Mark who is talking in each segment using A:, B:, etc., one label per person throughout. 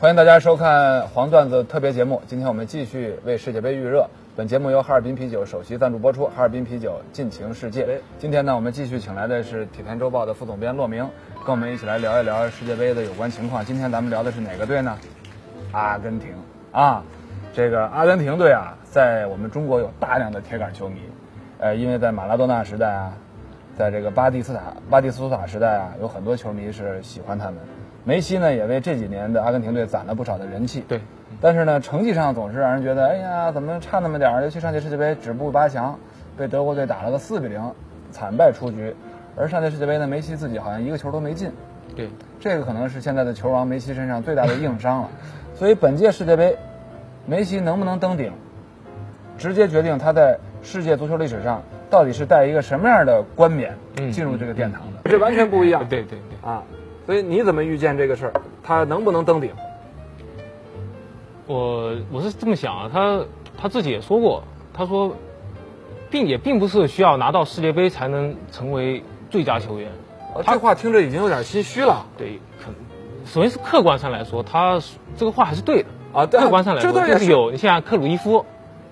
A: 欢迎大家收看黄段子特别节目。今天我们继续为世界杯预热。本节目由哈尔滨啤酒首席赞助播出。哈尔滨啤酒，尽情世界。今天呢，我们继续请来的是《体坛周报》的副总编骆明，跟我们一起来聊一聊世界杯的有关情况。今天咱们聊的是哪个队呢？阿根廷啊，这个阿根廷队啊，在我们中国有大量的铁杆球迷，呃，因为在马拉多纳时代啊，在这个巴蒂斯塔、巴蒂斯图塔时代啊，有很多球迷是喜欢他们。梅西呢，也为这几年的阿根廷队攒了不少的人气。
B: 对，
A: 但是呢，成绩上总是让人觉得，哎呀，怎么差那么点儿？尤其上届世界杯止步八强，被德国队打了个四比零，惨败出局。而上届世界杯呢，梅西自己好像一个球都没进，
B: 对，
A: 这个可能是现在的球王梅西身上最大的硬伤了。所以本届世界杯，梅西能不能登顶，直接决定他在世界足球历史上到底是带一个什么样的冠冕
B: 嗯
A: 进入这个殿堂的。
C: 这完全不一样
B: 对对对，
C: 啊！所以你怎么预见这个事儿？他能不能登顶？
B: 我我是这么想啊，他他自己也说过，他说，并也并不是需要拿到世界杯才能成为最佳球员，哦
C: 啊这话听着已经有点心虚了
B: 对，可首先是客观上来说，他这个话还是对的，
C: 啊！对啊
B: 客观上来说
C: 这倒
B: 就
C: 也
B: 是有，你像克鲁伊夫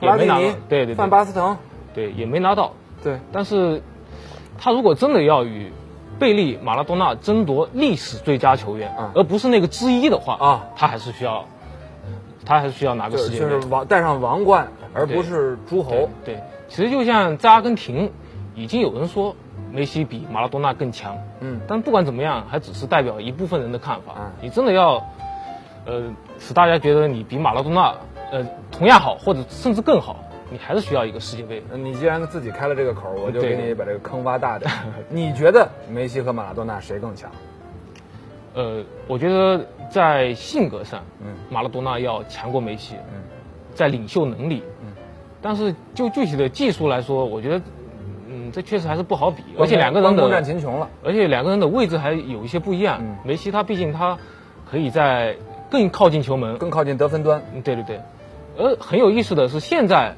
B: 也
C: 拉
B: 没
C: 蒂
B: 拿到
C: 尼，，
B: 对对
C: 范
B: 对，
C: 巴斯滕，
B: 对也没拿到，
C: 对，
B: 但是他如果真的要与贝利、马拉多纳争夺历史最佳球员，
C: 啊
B: 而不是那个之一的话，
C: 啊，
B: 他还是需要，他还是需要拿
C: 就
B: 个
C: 是
B: 世界
C: 就
B: 杯
C: 是。王戴上王冠，而
B: 对
C: 不是诸
B: 对
C: 侯。
B: 对，其实就像在阿根廷，已经有人说梅西比马拉多纳更强，
C: 嗯，
B: 但不管怎么样，还只是代表一部分人的看法。
C: 嗯
B: 你真的要，呃，使大家觉得你比马拉多纳，呃，同样好，或者甚至更好，你还是需要一个世界杯。
C: 呃你既然自己开了这个口儿，我就
B: 对
C: 给你把这个坑挖大点儿。 你觉得梅西和马拉多纳谁更强？
B: 呃，我觉得在性格上，
C: 嗯
B: 马拉多纳要强过梅西，
C: 嗯
B: 在领袖能力，
C: 嗯
B: 但是就具体的技术来说，我觉得，嗯，这确实还是不好比，而
C: 关
B: 且
C: 公
B: 两个人
C: 关公战
B: 的，
C: 秦琼了，
B: 而且两个人的位置还有一些不一样。
C: 嗯
B: 梅西他毕竟他可以在更靠近球门，
C: 更靠近得分端。
B: 嗯对对对，而很有意思的是，现在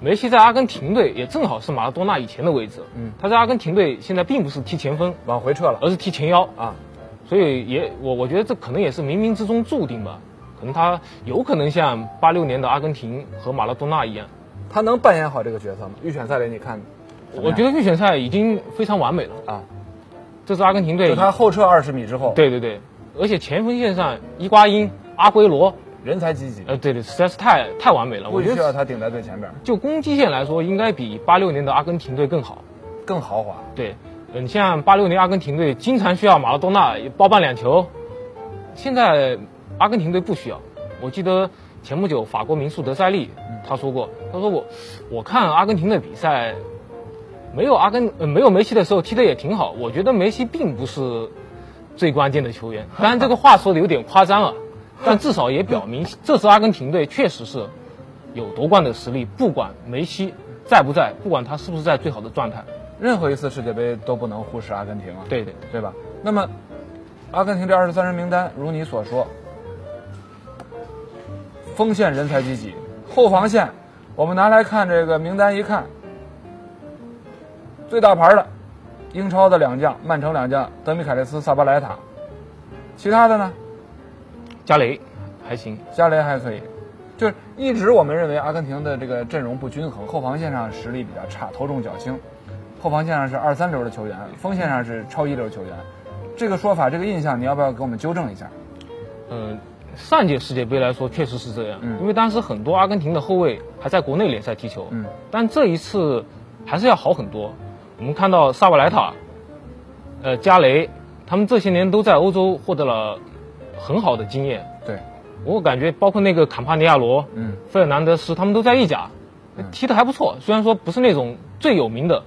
B: 梅西在阿根廷队也正好是马拉多纳以前的位置，
C: 嗯
B: 他在阿根廷队现在并不是踢前锋，
C: 往回撤了
B: 而是踢前腰，
C: 啊！
B: 所以也我我觉得这可能也是冥冥之中注定吧，可能他有可能像八六年的阿根廷和马拉多纳一样，
C: 他能扮演好这个角色吗？预选赛里你看怎么样，
B: 我觉得预选赛已经非常完美了，
C: 啊，
B: 这是阿根廷队
C: 就，他后撤二十米之后，
B: 对对对，而且前锋线上伊瓜因、阿圭罗，
C: 人才济济，
B: 呃，对对，实在是太太完美了，
C: 不
B: 我觉
C: 需要
B: 得
C: 他顶在最前边儿，
B: 就攻击线来说，应该比八六年的阿根廷队更好。
C: 更豪华。
B: 对，嗯，像八六年阿根廷队经常需要马拉多纳包办两球，现在阿根廷队不需要。我记得前不久法国名宿德塞利他说过，他说我我看阿根廷的比赛，没有阿根、呃、没有梅西的时候踢得也挺好，我觉得梅西并不是最关键的球员。当然这个话说的有点夸张啊，但至少也表明这支阿根廷队确实是。有夺冠的实力，不管梅西在不在，不管他是不是在最好的状态，
C: 任何一次世界杯都不能忽视阿根廷啊，
B: 对对。
C: 对吧？那么，阿根廷这二十三人名单，如你所说，锋线人才济济，后防线我们拿来看这个名单一看，最大牌的英超的两将，曼城两将德米凯利斯、萨巴莱塔，其他的呢，
B: 加雷还行，
C: 加雷还可以。就是一直我们认为阿根廷的这个阵容不均衡，后防线上实力比较差，头重脚轻，后防线上是二三流的球员，锋线上是超一流球员，这个说法这个印象你要不要给我们纠正一下？
B: 嗯、上届世界杯来说确实是这样，
C: 嗯
B: 因为当时很多阿根廷的后卫还在国内联赛踢球，
C: 嗯
B: 但这一次还是要好很多。我们看到萨瓦莱塔、呃加雷，他们这些年都在欧洲获得了很好的经验。
C: 对，
B: 我感觉包括那个坎帕尼亚罗、
C: 嗯
B: 费尔南德斯，他们都在意甲，踢得还不错。虽然说不是那种最有名的、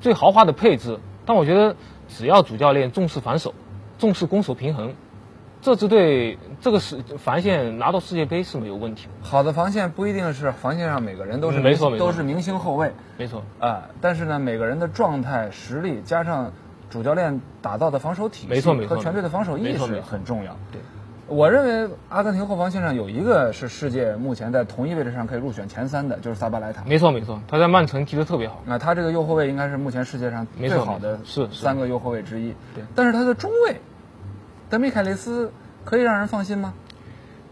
B: 最豪华的配置，但我觉得只要主教练重视防守，重视攻守平衡，这支队这个是防线拿到世界杯是没有问题的。
C: 好的防线不一定是防线上每个人都是
B: 嗯没
C: 明
B: 错没错
C: 都是明星后卫
B: 没错，
C: 啊，但是呢，每个人的状态、实力加上主教练打造的防守体系
B: 没错没错
C: 和全队的防守意
B: 没错
C: 识
B: 没错
C: 很重要。
B: 对，
C: 我认为阿根廷后防线上有一个是世界目前在同一位置上可以入选前三的，就是萨巴莱塔。
B: 没错没错，他在曼城踢得特别好。
C: 那他这个右后卫应该是目前世界上
B: 没
C: 最
B: 错
C: 好的
B: 没错是是
C: 三个右后卫之一。
B: 对，
C: 但是他的中卫德米凯雷斯可以让人放心吗？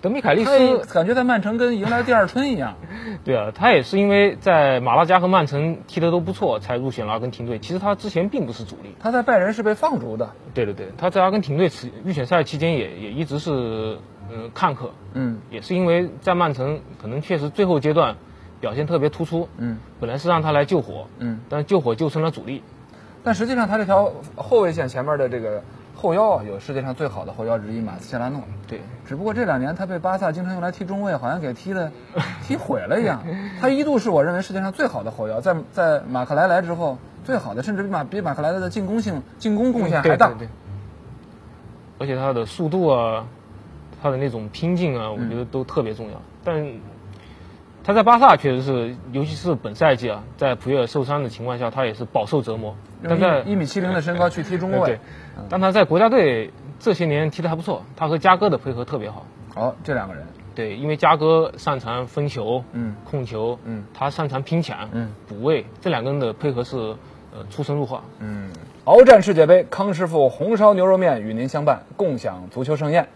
B: 德米凯利
C: 他也
B: 斯，
C: 感觉在曼城跟迎来第二春一样。
B: 对啊，他也是因为在马拉加和曼城踢得都不错，才入选了阿根廷队。其实他之前并不是主力。
C: 他在拜仁是被放逐的，
B: 对对对，他在阿根廷队持预选赛期间也也一直是呃看客，
C: 嗯
B: 也是因为在曼城可能确实最后阶段表现特别突出，
C: 嗯
B: 本来是让他来救火，
C: 嗯。
B: 但救火救成了主力。
C: 但实际上，他这条后卫线前面的这个后腰啊，有世界上最好的后腰之一马斯切拉诺。
B: 对，
C: 只不过这两年他被巴萨经常用来踢中卫，好像给踢 的踢毁了一样。他一度是我认为世界上最好的后腰，在在马克莱莱之后最好的，甚至比马比马克莱莱的进攻性进攻贡献还大。
B: 对对对而且他的速度啊，他的那种拼劲啊，我觉得都特别重要。但他在巴萨确实是，尤其是本赛季啊，在普约尔受伤的情况下，他也是饱受折磨。但在
C: 用一米七零的身高去踢中
B: 对
C: 卫
B: 对，，但他在国家队这些年踢得还不错，他和加哥的配合特别好。
C: 好，这两个人，
B: 对，因为嘉哥擅长分球、
C: 嗯
B: 控球，
C: 嗯，
B: 他擅长拼抢、
C: 嗯
B: 补位，这两个人的配合是呃出神入化。
C: 嗯，
A: 鏖战世界杯，康师傅红烧牛肉面与您相伴，共享足球盛宴。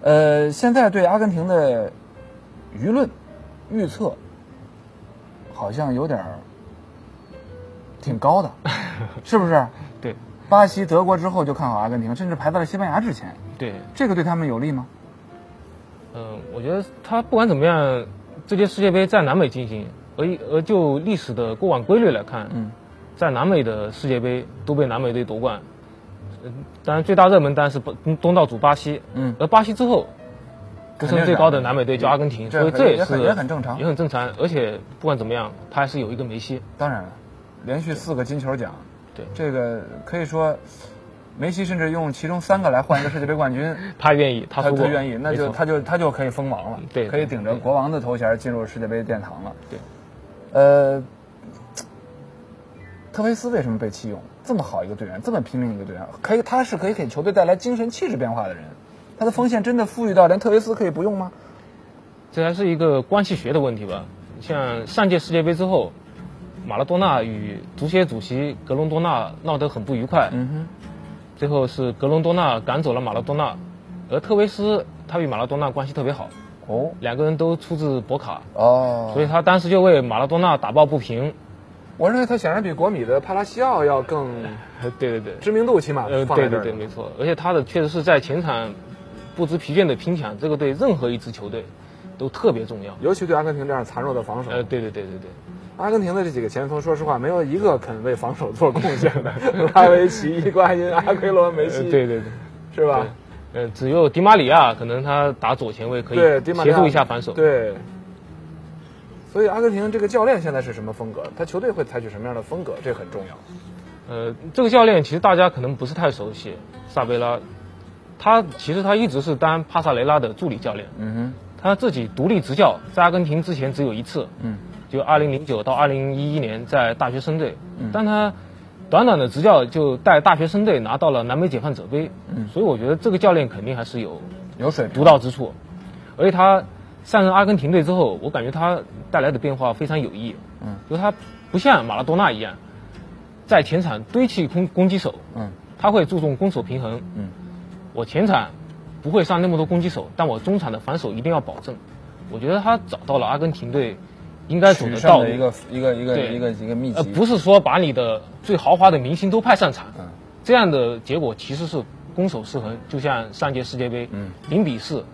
C: 呃，现在对阿根廷的舆论预测好像有点儿挺高 的，是不是？
B: 对
C: 巴西、德国之后就看好阿根廷，甚至排在了西班牙之前，
B: 对，
C: 这个对他们有利吗？
B: 嗯、我觉得他不管怎么样，这届世界杯在南美进行，而而就历史的过往规律来看，
C: 嗯，
B: 在南美的世界杯都被南美队夺冠。嗯，当然最大热门当然是东东道主巴西，
C: 嗯
B: 而巴西之后呼
C: 肯定
B: 声
C: 是
B: 最高的
C: 阿根廷
B: 南美队叫阿根廷，
C: 这
B: 所以
C: 很
B: 这
C: 也
B: 是
C: 很也很正常
B: 也很正常。而且不管怎么样，他还是有一个梅西，
C: 当然了，连续四个金球奖，
B: 对
C: 这个可以说，梅西甚至用其中三个来换一个世界杯冠军，
B: 他愿意，他
C: 他
B: 说
C: 他
B: 过
C: 愿意，那
B: 没
C: 就
B: 错
C: 他就他就可以封王了，
B: 对
C: 可以顶着
B: 对
C: 国王的头衔进入世界杯殿堂了。
B: 对，
C: 呃，特维斯为什么被弃用？这么好一个队员，这么拼命一个队员，可以他是可以给球队带来精神气质变化的人。他的锋线真的富裕到连特维斯可以不用吗？
B: 这还是一个关系学的问题吧。像上届世界杯之后，马拉多纳与足协主席格隆多纳闹得很不愉快，
C: 嗯
B: 最后是格隆多纳赶走了马拉多纳，而特维斯他与马拉多纳关系特别好，
C: 哼，哦
B: 两个人都出自博卡，
C: 哦，
B: 所以他当时就为马拉多纳打抱不平。
C: 我认为他显然比国米的帕拉西奥要更
B: 对对对，
C: 知名度，起码
B: 呃，
C: 放在
B: 对
C: 这
B: 对
C: 儿
B: 对，没错。而且他的确实是在前场不知疲倦的拼抢，这个对任何一支球队都特别重要。
C: 尤其对阿根廷这样孱弱的防守，
B: 呃，对对对对对。
C: 阿根廷的这几个前锋，说实话，没有一个肯为防守做贡献 的。拉维奇、伊瓜因、阿奎罗、梅
B: 呃，
C: 西，
B: 对对对，
C: 是吧？
B: 呃，只有迪马里亚可能他打左前卫可以
C: 对迪马利
B: 协
C: 亚
B: 助一下防守。
C: 对。所以阿根廷这个教练现在是什么风格？他球队会采取什么样的风格？这很重要。
B: 呃，这个教练其实大家可能不是太熟悉，萨贝拉，他其实他一直是当帕萨雷拉的助理教练，
C: 嗯哼，
B: 他自己独立执教，在阿根廷之前只有一次，
C: 嗯，
B: 就2009到2011年在大学生队，
C: 嗯
B: 但他短短的执教就带大学生队拿到了南美解放者杯，嗯，所以我觉得这个教练肯定还是有
C: 有水平。
B: 独到之处，而且他上任阿根廷队之后，我感觉他带来的变化非常有益。
C: 嗯，
B: 就是他不像马拉多纳一样，在前场堆砌攻攻击手，
C: 嗯
B: 他会注重攻守平衡。
C: 嗯，
B: 我前场不会上那么多攻击手，但我中场的防守一定要保证。我觉得他找到了阿根廷队应该走
C: 取
B: 的
C: 胜
B: 道
C: 的一
B: 路，
C: 个一个一个
B: 对
C: 一个一个秘
B: 呃，
C: 籍。
B: 不是说把你的最豪华的明星都派上场。
C: 嗯
B: 这样的结果其实是攻守失衡，就像上届世界杯
C: 嗯
B: 零比四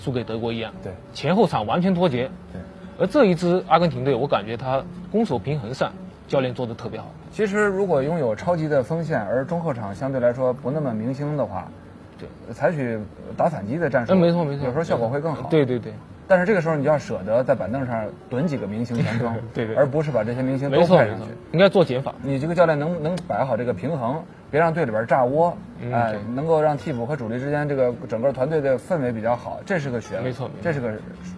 B: 输给德国一样，
C: 对
B: 前后场完全脱节。
C: 对，
B: 而这一支阿根廷队，我感觉他攻守平衡上教练做的特别好。
C: 其实如果拥有超级的锋线，而中后场相对来说不那么明星的话，
B: 对，
C: 采取打反击的战术，
B: 嗯，没错没错，
C: 有时候效果会更好。
B: 对对对，
C: 但是这个时候你就要舍得在板凳上蹲几个明星前锋，
B: 对对
C: 而不是把这些明星都
B: 没错
C: 派
B: 没
C: 上
B: 错
C: 去。，
B: 应该做减法。
C: 你这个教练能能摆好这个平衡，别让队里边炸窝，
B: 嗯
C: 哎
B: 对，
C: 能够让替补和主力之间这个整个团队的氛围比较好，这是个学问，
B: 没错没错
C: 这是个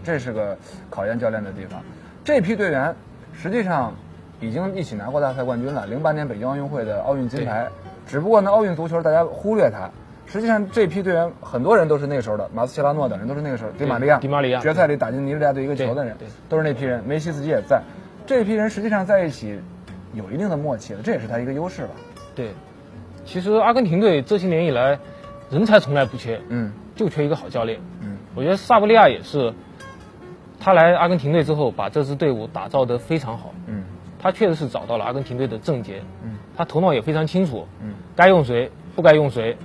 C: 这是个考验教练的地方。这批队员实际上已经一起拿过大赛冠军了，零八年北京奥运会的奥运金牌，只不过呢，奥运足球大家忽略它。实际上，这批队员很多人都是那个时候的，马斯切拉诺等人都是那个时候，迪玛利亚，
B: 迪玛利亚
C: 决赛里打进尼日利亚队一个球的人
B: 对对，
C: 都是那批人。梅西自己也在，这批人实际上在一起有一定的默契了，这也是他一个优势吧。
B: 对，
C: 嗯
B: 其实阿根廷队这些年以来，人才从来不缺，
C: 嗯
B: 就缺一个好教练。
C: 嗯，
B: 我觉得萨布利亚也是，他来阿根廷队之后，把这支队伍打造得非常好。
C: 嗯
B: 他确实是找到了阿根廷队的症结，
C: 嗯，
B: 他头脑也非常清楚，
C: 嗯，
B: 该用谁，不该用谁，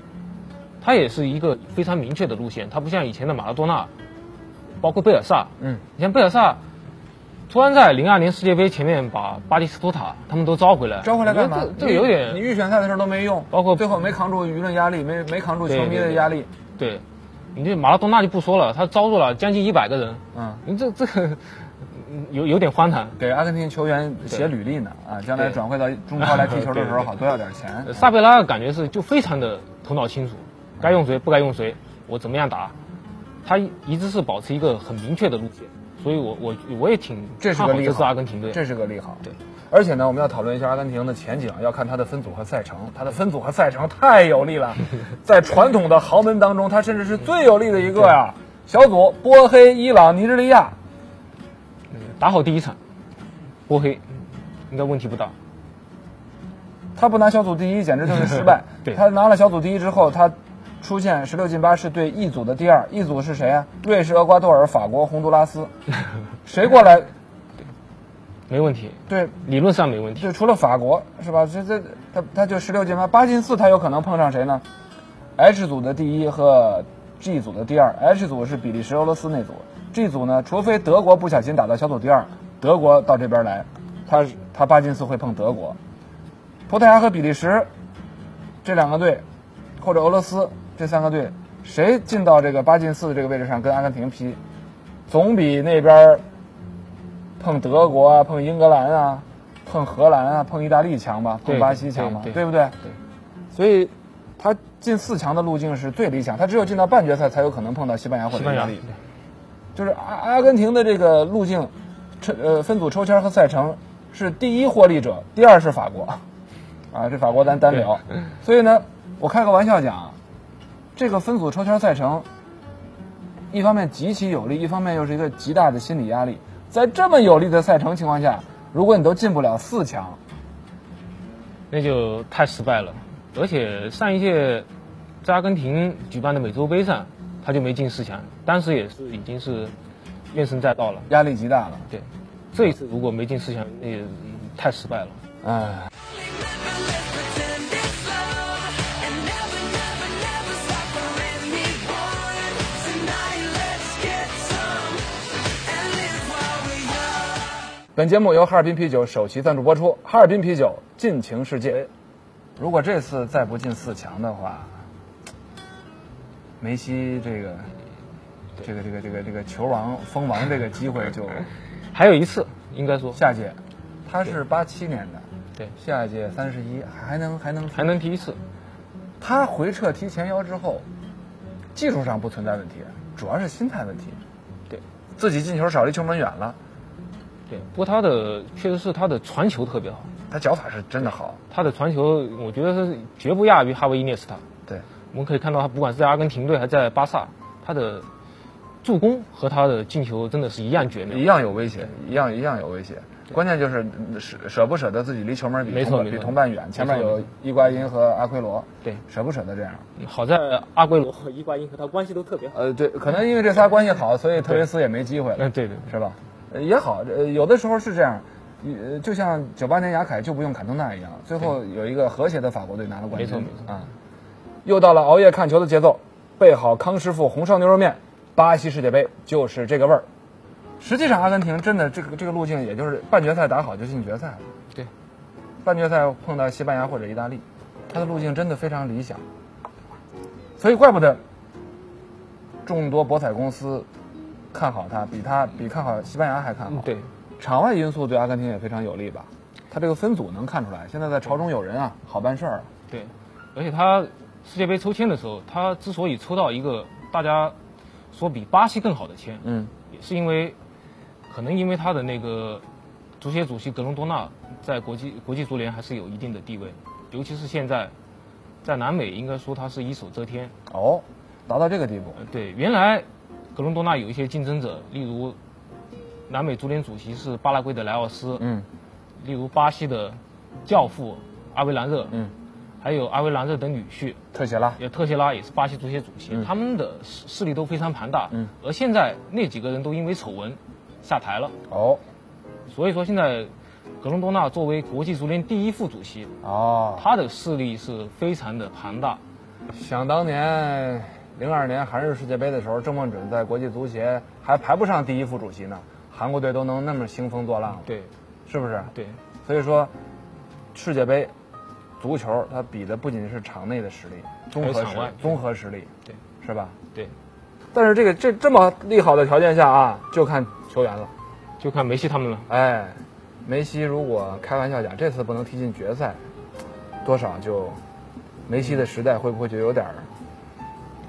B: 他也是一个非常明确的路线，他不像以前的马拉多纳，包括贝尔萨，
C: 嗯，
B: 你像贝尔萨，突然在零二年世界杯前面把巴蒂斯图塔他们都招回来，
C: 招回来干嘛
B: 我觉得？这这有
C: 你你
B: 点
C: 预选赛的时候都没用，
B: 包括
C: 最后没扛住舆论压力，没没扛住
B: 对
C: 球迷
B: 对
C: 的
B: 对
C: 压力。
B: 对，你这马拉多纳就不说了，他招入了将近一百个人，
C: 嗯，
B: 你这这个嗯有有点荒唐。
C: 给阿根廷球员写履历呢啊，将来
B: 对
C: 转会到中超 来踢球的时候，
B: 对对
C: 好多要点钱
B: 呃。萨贝拉感觉是就非常的头脑清楚，该用谁不该用谁，我怎么样打，他一一直是保持一个很明确的路线，所以我我我也挺
C: 这是
B: 看
C: 个
B: 好
C: 利
B: 这次
C: 好
B: 阿根廷队。
C: 这是个利好。
B: 对，
C: 而且呢，我们要讨论一下阿根廷的前景，要看它的分组和赛程。它的分组和赛程太有利 了，在传统的豪门当中，它甚至是最有利的一个呀。小组：波黑、伊朗、尼日利亚。
B: 打好第一场，波黑应该问题不大。。
C: 他不拿小组第一，简直就是失败
B: 对
C: 他拿了小组第一之后，他出现十六进八是对 E 组的第二。E 组是谁啊？瑞士、厄瓜多尔、法国、洪都拉 斯，谁过来？
B: 没问题，
C: 对，
B: 理论上没问题。
C: 就除了法国是吧？这这他他就十六进八，八进四他有可能碰上谁呢？H 组的第一和 G 组的第二，H 组是比利时、俄罗斯那组，G 组呢，除非德国不小心打到小组第二，德国到这边来，他他八进四会碰德国，葡萄牙和比利时这两个队，或者俄罗斯这三个队，谁进到这个八进四的这个位置上跟阿根廷踢，总比那边儿碰德国啊、碰英格兰啊、碰荷兰啊、碰意大利强吧，
B: 对
C: 碰巴西强吧，
B: 对对
C: 不对？
B: 对。
C: 所以，他进四强的路径是最理想，他只有进到半决赛才有可能碰到西班牙或
B: 西
C: 者
B: 班
C: 意大
B: 牙
C: 利。就是阿阿根廷的这个路径，抽呃分组抽签和赛程是第一获利者，第二是法国，啊，这法国咱单聊。所以呢，我开个玩笑讲啊，这个分组抽签赛程，一方面极其有利，一方面又是一个极大的心理压力。在这么有利的赛程情况下，如果你都进不了四强，
B: 那就太失败了。而且上一届在阿根廷举办的美洲杯上，他就没进四强，当时也是已经是怨声载道了。
C: 压力极大了。
B: 对，这一次如果没进四强，那也太失败了。
C: 唉。
A: 本节目由哈尔滨啤酒首席赞助播出，哈尔滨啤酒尽情世界。
C: 如果这次再不进四强的话，梅西这个这个这个这个这个球王封王这个机会就
B: 还有一次，应该说
C: 下届，他是八七年的，
B: 对，
C: 下届三十一还能还能
B: 还能踢一次，
C: 他回撤踢前腰之后，技术上不存在问题，主要是心态问题，
B: 对，
C: 自己进球少离球门远了，
B: 对。不过他的确实是他的传球特别好，
C: 他脚法是真的好，
B: 他的传球我觉得是绝不亚于哈维伊涅斯塔。
C: 对，
B: 我们可以看到，他不管是在阿根廷队还是在巴萨，他的助攻和他的进球真的是一样绝
C: 一
B: 妙。
C: 样有威胁，一样一样有威胁。关键就是嗯舍舍不舍得自己离球门比
B: 没
C: 同
B: 错
C: 伴
B: 没
C: 比
B: 错
C: 同伴远，前面
B: 没错
C: 有伊瓜因和阿奎罗，
B: 对，
C: 舍不舍得这样。
B: 好在阿圭嗯罗和伊瓜因和他关系都特别好。
C: 呃，对，可能因为这仨关系好，所以特维斯也没机会了，
B: 嗯，对对对，
C: 是吧？呃也好，呃，有的时候是这样，呃，就像九八年雅凯就不用坎通纳一样，最后有一个和谐的法国队拿了冠军，
B: 没错没错
C: 啊。
A: 又到了熬夜看球的节奏，备好康师傅红烧牛肉面，巴西世界杯就是这个味儿。
C: 实际上，阿根廷真的这个这个路径，也就是半决赛打好就进决赛了。
B: 对，
C: 半决赛碰到西班牙或者意大利，他的路径真的非常理想。所以，怪不得众多博彩公司看好他，比他比看好西班牙还看
B: 嗯
C: 好。
B: 对，
C: 场外因素对阿根廷也非常有利吧？他这个分组能看出来，现在在朝中有人啊，好办事儿。
B: 对，而且他世界杯抽签的时候，他之所以抽到一个大家说比巴西更好的签，
C: 嗯，
B: 也是因为可能因为他的那个足协主席格隆多纳在国际国际足联还是有一定的地位，尤其是现在在南美，应该说他是一手遮天。
C: 哦，达到这个地步，
B: 呃，对，原来格隆多纳有一些竞争者，例如南美足联主席是巴拉圭的莱奥斯，
C: 嗯
B: 例如巴西的教父阿维兰热，
C: 嗯，
B: 还有阿维兰热的女婿
C: 特写拉，
B: 也特谢拉也是巴西足协主席，他们的势势力都非常庞大。
C: 嗯，
B: 而现在那几个人都因为丑闻下台了，
C: 哦
B: 所以说现在格隆多纳作为国际足联第一副主席，
C: 哦，
B: 他的势力是非常的庞大。
C: 想当年，零二年韩日世界杯的时候，郑梦准在国际足协还排不上第一副主席呢，韩国队都能那么兴风作浪了，
B: 对
C: 是不是？
B: 对，
C: 所以说，世界杯，足球它比的不仅是场内的实力，综合
B: 还
C: 实
B: 有场
C: 力
B: 外，
C: 综合实力，
B: 对，
C: 是吧？
B: 对，
C: 但是这个这这么利好的条件下啊，就看球员了。
B: 就看梅西他们了。
C: 哎，梅西如果开玩笑讲这次不能踢进决赛，多少就，梅西的时代会不会就有点儿？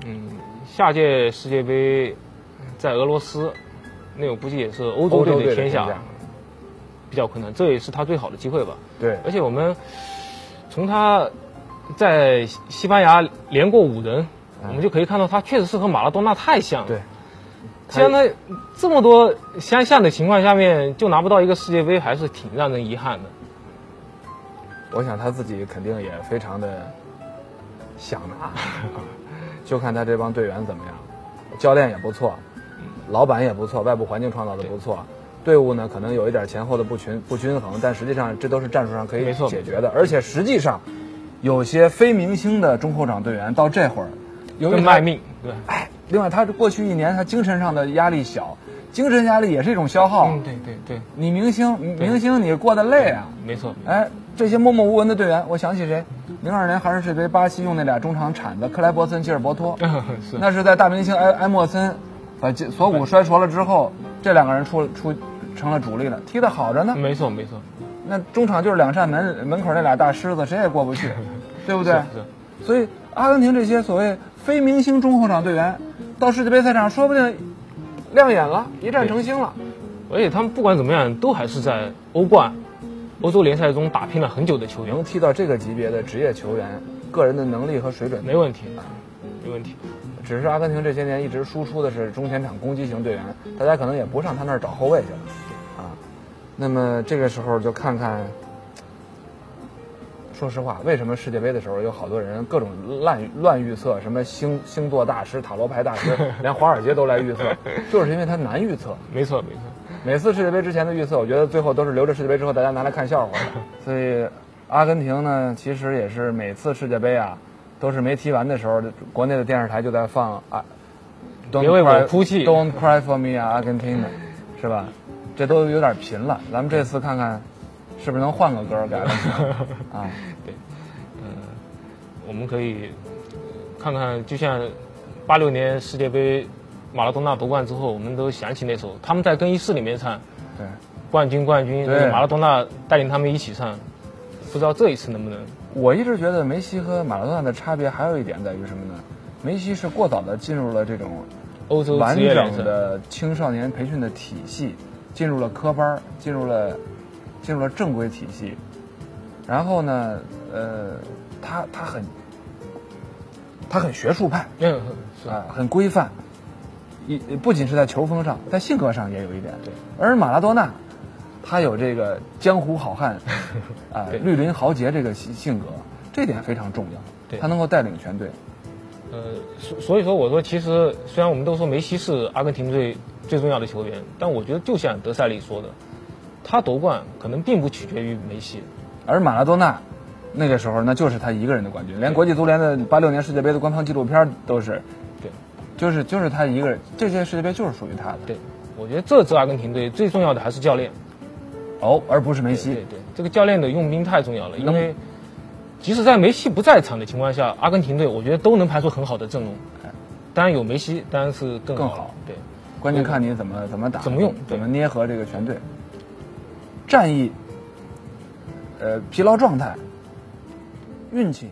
B: 嗯，下届世界杯在俄罗斯，那我估计也是欧
C: 欧
B: 洲队的天
C: 洲队的天下
B: 下，比较困难，这也是他最好的机会吧。
C: 对，
B: 而且我们从他在西西班牙连过五人，我们就可以看到他确实是和马拉多纳太像了。
C: 对，
B: 既然他这么多相像的情况下面就拿不到一个世界杯，还是挺让人遗憾的。
C: 我想他自己肯定也非常的想拿， 就看他这帮队员怎么样，教练也不错，
B: 嗯
C: 老板也不错，外部环境创造的不错，队伍呢可能有一点前后的不均不均衡，但实际上这都是战术上可以
B: 没错
C: 解决的，而且实际上有些非明星的中后场队员到这会儿，由于
B: 更
C: 他
B: 卖命，对，
C: 哎，另外他过去一年他精神上的压力小，精神压力也是一种消耗，
B: 嗯，对对对，
C: 你明星明星你过得累啊。
B: 没错，
C: 哎，这些默默无闻的队员，我想起谁？零二年韩日世界杯，巴西用那俩中场铲子克莱伯森、基尔伯托，
B: 是
C: 那啊是在大明星埃埃莫森把这锁骨摔折了之后，这两个人出出成了主力了，踢得好着呢。
B: 没错没错，
C: 那中场就是两扇门，门口那俩大狮子，谁也过不去， 对不对？
B: 是是
C: 所以阿根廷这些所谓非明星中后场队员，到世界杯赛场说不定亮眼了，一战成星了。
B: 而且他们不管怎么样，都还是在欧冠、欧洲联赛中打拼了很久的球员，
C: 能踢到这个级别的职业球员，个人的能力和水准
B: 没问题，没问题。
C: 只是阿根廷这些年一直输出的是中前场攻击型队员，大家可能也不上他那儿找后卫去了，啊，那么这个时候就看看，说实话，为什么世界杯的时候有好多人各种乱乱预测，什么星星座大师、塔罗牌大师，连华尔街都来预测，就是因为他难预测。
B: 没错没错，
C: 每次世界杯之前的预测，我觉得最后都是留着世界杯之后大家拿来看 笑话的。所以，阿根廷呢，其实也是每次世界杯啊，都是没踢完的时候，国内的电视台就在放啊，别
B: 别为我哭泣
C: ，Don't cry for me 啊，阿根廷的，是吧？这都有点贫了，咱们这次看看，是不是能换个歌儿给阿根 廷啊？
B: 我们可以看看，就像八六年世界杯马拉多纳夺冠之后，我们都想起那首他们在更衣室里面唱
C: 对，
B: “冠军冠军”，
C: 对
B: 那个马拉多纳带领他们一起唱，不知道这一次能不能？
C: 我一直觉得梅西和马拉多纳的差别还有一点在于什么呢？梅西是过早的进入了这种
B: 欧洲
C: 完
B: 职业联
C: 整
B: 赛，
C: 的青少年培训的体系，进入了科班儿，进入了进入了正规体系。然后呢，呃，他他很他很学术派啊、
B: 嗯，是
C: 很规范，一不仅是在球风上，在性格上也有一点。
B: 对，
C: 而马拉多纳，他有这个江湖好 汉啊、
B: 对
C: 绿林豪杰这个性性格，这点非常重要。
B: 对
C: 他能够带领全队。
B: 呃，所所以说我说，其实虽然我们都说梅西是阿根廷最最重要的球员，但我觉得就像德塞利说的，他夺冠可能并不取决于梅西。
C: 而马拉多纳那个时候，那就是他一个人的冠军，连国际足联的八六年世界杯的官方纪录片都是，
B: 对，
C: 就是就是他一个人，这届世界杯就是属于他的
B: 对，我觉得这支阿根廷队最重要的还是教练。
C: 哦，而不是梅
B: 对
C: 西。
B: 对，这个教练的用兵太重要了，因
C: 能
B: 为即使在梅西不在场的情况下，阿根廷队我觉得都能排出很好的阵容。当然有梅西，当然是更好
C: 更
B: 了
C: 好
B: 对，
C: 关键看你怎么怎么打，
B: 怎么用对
C: 怎么捏合这个全队。战役，呃，疲劳状态，运气，